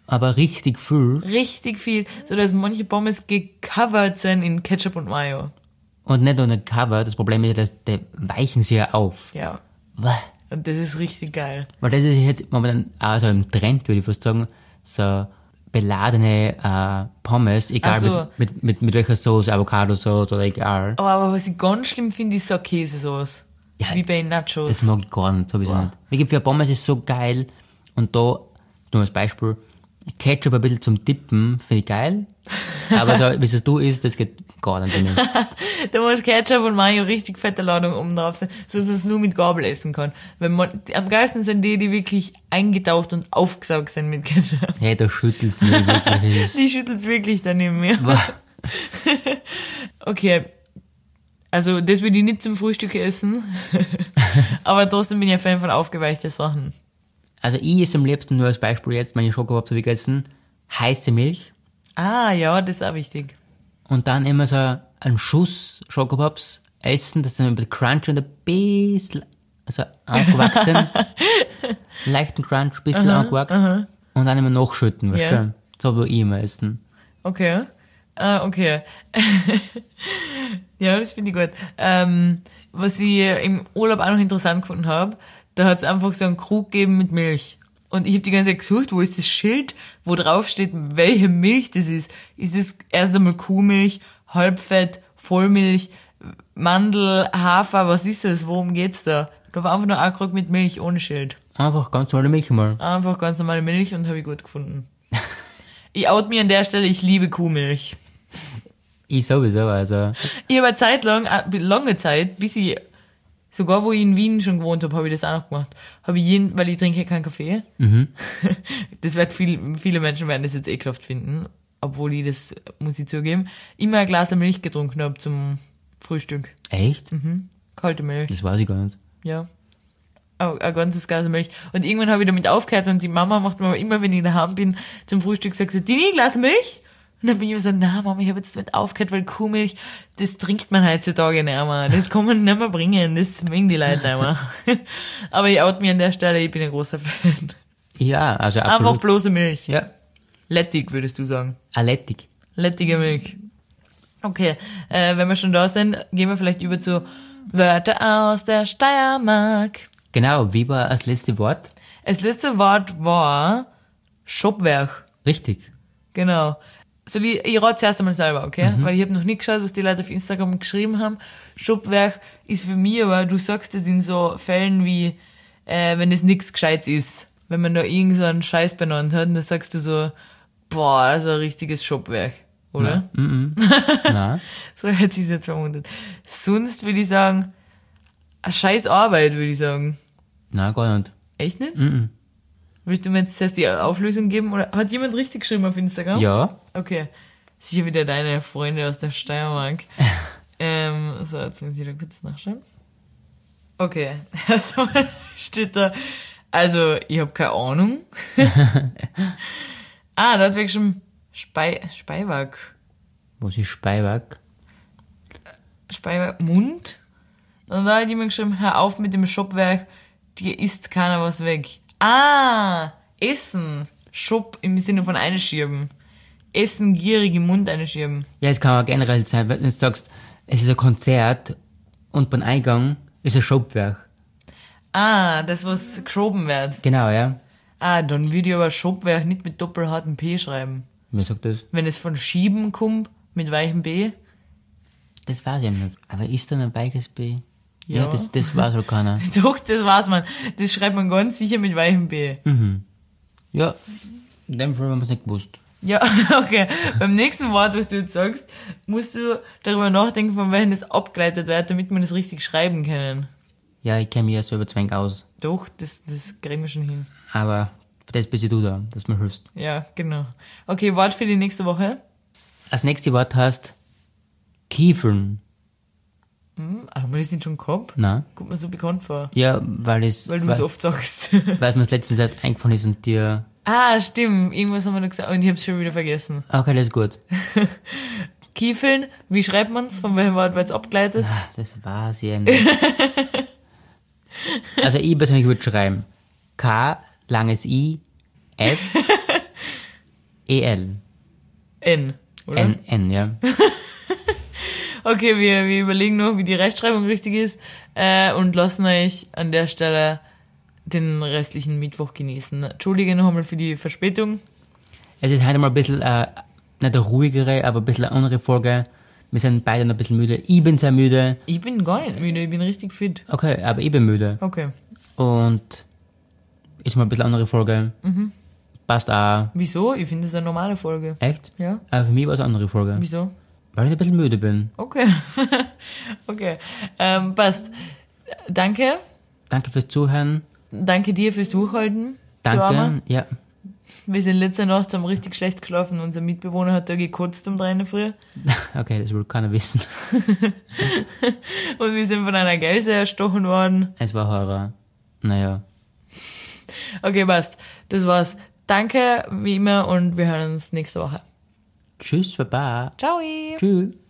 C: aber richtig viel
D: Richtig viel, so dass manche Pommes gecovert sind in Ketchup und Mayo.
C: und nicht ohne Cover. Das Problem ist, ja, dass die weichen sie ja auf.
D: Ja.
C: Wow.
D: Und das ist richtig geil.
C: Weil das ist jetzt momentan auch so im Trend, würde ich fast sagen, so beladene äh, Pommes, egal
D: Ach so.
C: mit, mit, mit, mit welcher Soße, Avocado-Sauce oder egal.
D: Aber, aber was ich ganz schlimm finde, ist so Käsesoße.
C: Ja,
D: Wie bei Nachos.
C: Das mag ich gar nicht, sowieso
D: Boah.
C: nicht. Mir gibt für Pommes ist so geil. Und da, nur als Beispiel, Ketchup ein bisschen zum Tippen, finde ich geil. Aber so, wie es du isst, das geht gar nicht bei mir.
D: da muss Ketchup und Mayo richtig fette Ladung oben drauf sein, so dass man es nur mit Gabel essen kann. Wenn man, die- am geilsten sind die, die wirklich eingetaucht und aufgesaugt sind mit Ketchup.
C: Hey, da schüttelst du mich wirklich. Das ist-
D: Die schüttelt's wirklich dann in mir.
C: Boah.
D: Okay. Also, das würde ich nicht zum Frühstück essen. Aber trotzdem bin ich ein Fan von aufgeweichten Sachen.
C: Also ich esse am liebsten nur als Beispiel jetzt, meine Schokobobs habe ich gegessen, heiße Milch
D: Ah, ja, das ist auch wichtig.
C: und dann immer so einen Schuss Schokobobs essen, dass sie ein bisschen crunchy und ein bisschen also angewackt sind. Leichten Crunch, ein bisschen angewackt. Und dann immer nachschütten, weißt
D: Ja.
C: du? So würde ich immer essen.
D: Okay. Ah, okay. ja, das finde ich gut. Ähm, was ich im Urlaub auch noch interessant gefunden habe, da hat es einfach so einen Krug gegeben mit Milch. Und ich habe die ganze Zeit gesucht, wo ist das Schild, wo drauf steht, welche Milch das ist. Ist es erst einmal Kuhmilch, Halbfett, Vollmilch, Mandel, Hafer, was ist das? Worum geht's da? Da war einfach nur ein Krug mit Milch ohne Schild.
C: Einfach ganz normale Milch mal.
D: Einfach ganz normale Milch und habe ich gut gefunden. ich out mir an der Stelle, ich liebe Kuhmilch.
C: Ich sowieso, also.
D: Ich habe eine Zeit lang, äh, lange Zeit, bis ich, sogar wo ich in Wien schon gewohnt habe, habe ich das auch noch gemacht. Habe ich jeden, weil ich trinke ja keinen Kaffee. Das wird viel, viele Menschen werden das jetzt ekelhaft finden, obwohl ich das, muss ich zugeben, immer ein Glas Milch getrunken habe zum Frühstück.
C: Echt?
D: Mhm. Kalte Milch.
C: Das weiß ich gar nicht.
D: Ja. Ein ein ganzes Glas Milch. Und irgendwann habe ich damit aufgehört und die Mama macht mir immer, wenn ich daheim bin, zum Frühstück sagt sie, Dini, Glas Milch? Und dann bin ich immer so, na Mama, ich habe jetzt damit aufgehört, weil Kuhmilch, das trinkt man heutzutage nicht mehr. Das kann man nicht mehr bringen, das mögen die Leute nicht mehr. Aber ich out mir an der Stelle, ich bin ein großer Fan.
C: Ja, also
D: Einfach
C: absolut.
D: bloße Milch.
C: ja,
D: Lettig, würdest du sagen.
C: Alettig.
D: Lettige Milch. Okay, äh, wenn wir schon da sind, gehen wir vielleicht über zu Wörter aus der Steiermark.
C: Genau, wie war das letzte Wort?
D: Das letzte Wort war Schubwerk.
C: Richtig.
D: Genau. So die, ich rate zuerst einmal selber, okay? Weil ich habe noch nicht geschaut, was die Leute auf Instagram geschrieben haben. Schubwerk ist für mich, aber du sagst es in so Fällen wie, äh, wenn es nichts Gescheites ist. Wenn man da irgend so einen Scheiß benannt hat, dann sagst du so, boah, das ist ein richtiges Schubwerk, oder?
C: Na,
D: So hätte ich es jetzt vermutet. Sonst würde ich sagen, eine scheiß Arbeit, würde ich sagen.
C: na, gar nicht.
D: Echt nicht? Willst du mir jetzt erst die Auflösung geben? Oder hat jemand richtig geschrieben auf Instagram?
C: Ja,
D: Okay. Sicher wieder deine Freunde aus der Steiermark. ähm, so, jetzt muss ich da kurz nachschauen. Okay. Erstmal steht da. Also, ich habe keine Ahnung. ah, da hat wirklich schon Spei Speiwag.
C: was ist Speiwag?
D: Speiwag Mund. Und da hat jemand geschrieben, hör auf mit dem Schubwerk, dir isst keiner was weg. Ah, Essen. Schub im Sinne von einschieben. Essen gierig im Mund einschieben.
C: Ja, es kann auch generell sein, wenn du sagst, es ist ein Konzert und beim Eingang ist ein Schubwerk.
D: Ah, das, was geschoben wird.
C: Genau, ja.
D: Ah, dann würde ich aber Schubwerk nicht mit doppelharten P schreiben.
C: Wer sagt das?
D: Wenn es von Schieben kommt, mit weichem B.
C: Das weiß ich nicht. Aber ist dann ein weiches B? Ja.
D: Ja.
C: das, das weiß wohl keiner.
D: Doch, das weiß man. Das schreibt man ganz sicher mit weichem B.
C: Mhm. Ja, in dem Fall haben wir es nicht gewusst.
D: Ja, okay. Beim nächsten Wort, was du jetzt sagst, musst du darüber nachdenken, von welchem das abgeleitet wird, damit man das richtig schreiben können.
C: Ja, ich kenne mich ja selber zwäng aus.
D: Doch, das, das kriegen wir schon hin.
C: Aber für das bist du da, dass mir hilfst.
D: Ja, genau. Okay, Wort für die nächste Woche.
C: Als nächstes Wort heißt Kiefeln.
D: Hm, haben wir das nicht schon gehabt?
C: Na?
D: Kommt mir so bekannt vor.
C: Ja, weil es,
D: Weil du es
C: weil,
D: oft sagst.
C: weil es mir das letzte Zeit eingefallen ist und dir,
D: ah, stimmt. Irgendwas haben wir noch gesagt. Und ich hab's schon wieder vergessen.
C: okay, das ist gut.
D: Kiefeln, wie schreibt man's? Von welchem Wort wird's abgeleitet?
C: Ah, Das war's ja. also ich persönlich würde schreiben K, langes I, F, E, L.
D: N, oder?
C: N, N, ja.
D: Okay, wir, wir überlegen noch, wie die Rechtschreibung richtig ist äh, und lassen euch an der Stelle den restlichen Mittwoch genießen. Entschuldige noch einmal für die Verspätung.
C: Es ist heute mal ein bisschen, äh, nicht eine ruhigere, aber ein bisschen eine andere Folge. Wir sind beide noch ein bisschen müde. Ich bin sehr müde.
D: Ich bin gar nicht müde, ich bin richtig fit.
C: Okay, aber ich bin müde.
D: Okay,
C: Und ist mal ein bisschen eine andere Folge.
D: Mhm.
C: Passt auch.
D: wieso? Ich finde es eine normale Folge.
C: Echt?
D: Ja,
C: Aber für mich war es eine andere Folge.
D: wieso?
C: Weil ich ein bisschen müde bin.
D: Okay, okay, ähm, passt. Danke,
C: Danke fürs Zuhören.
D: danke dir fürs Durchhalten. Du Armer.
C: Danke. Ja.
D: Wir sind letzte Nacht haben richtig schlecht geschlafen. Unser Mitbewohner hat da gekotzt um drei in der Früh.
C: Okay, das will keiner wissen.
D: Und wir sind von einer Gelse erstochen worden.
C: Es war Horror. Naja.
D: Okay, passt. Das war's. Danke, wie immer, und wir hören uns nächste Woche.
C: Tschüss, Baba.
D: Ciao!
C: Tschüss.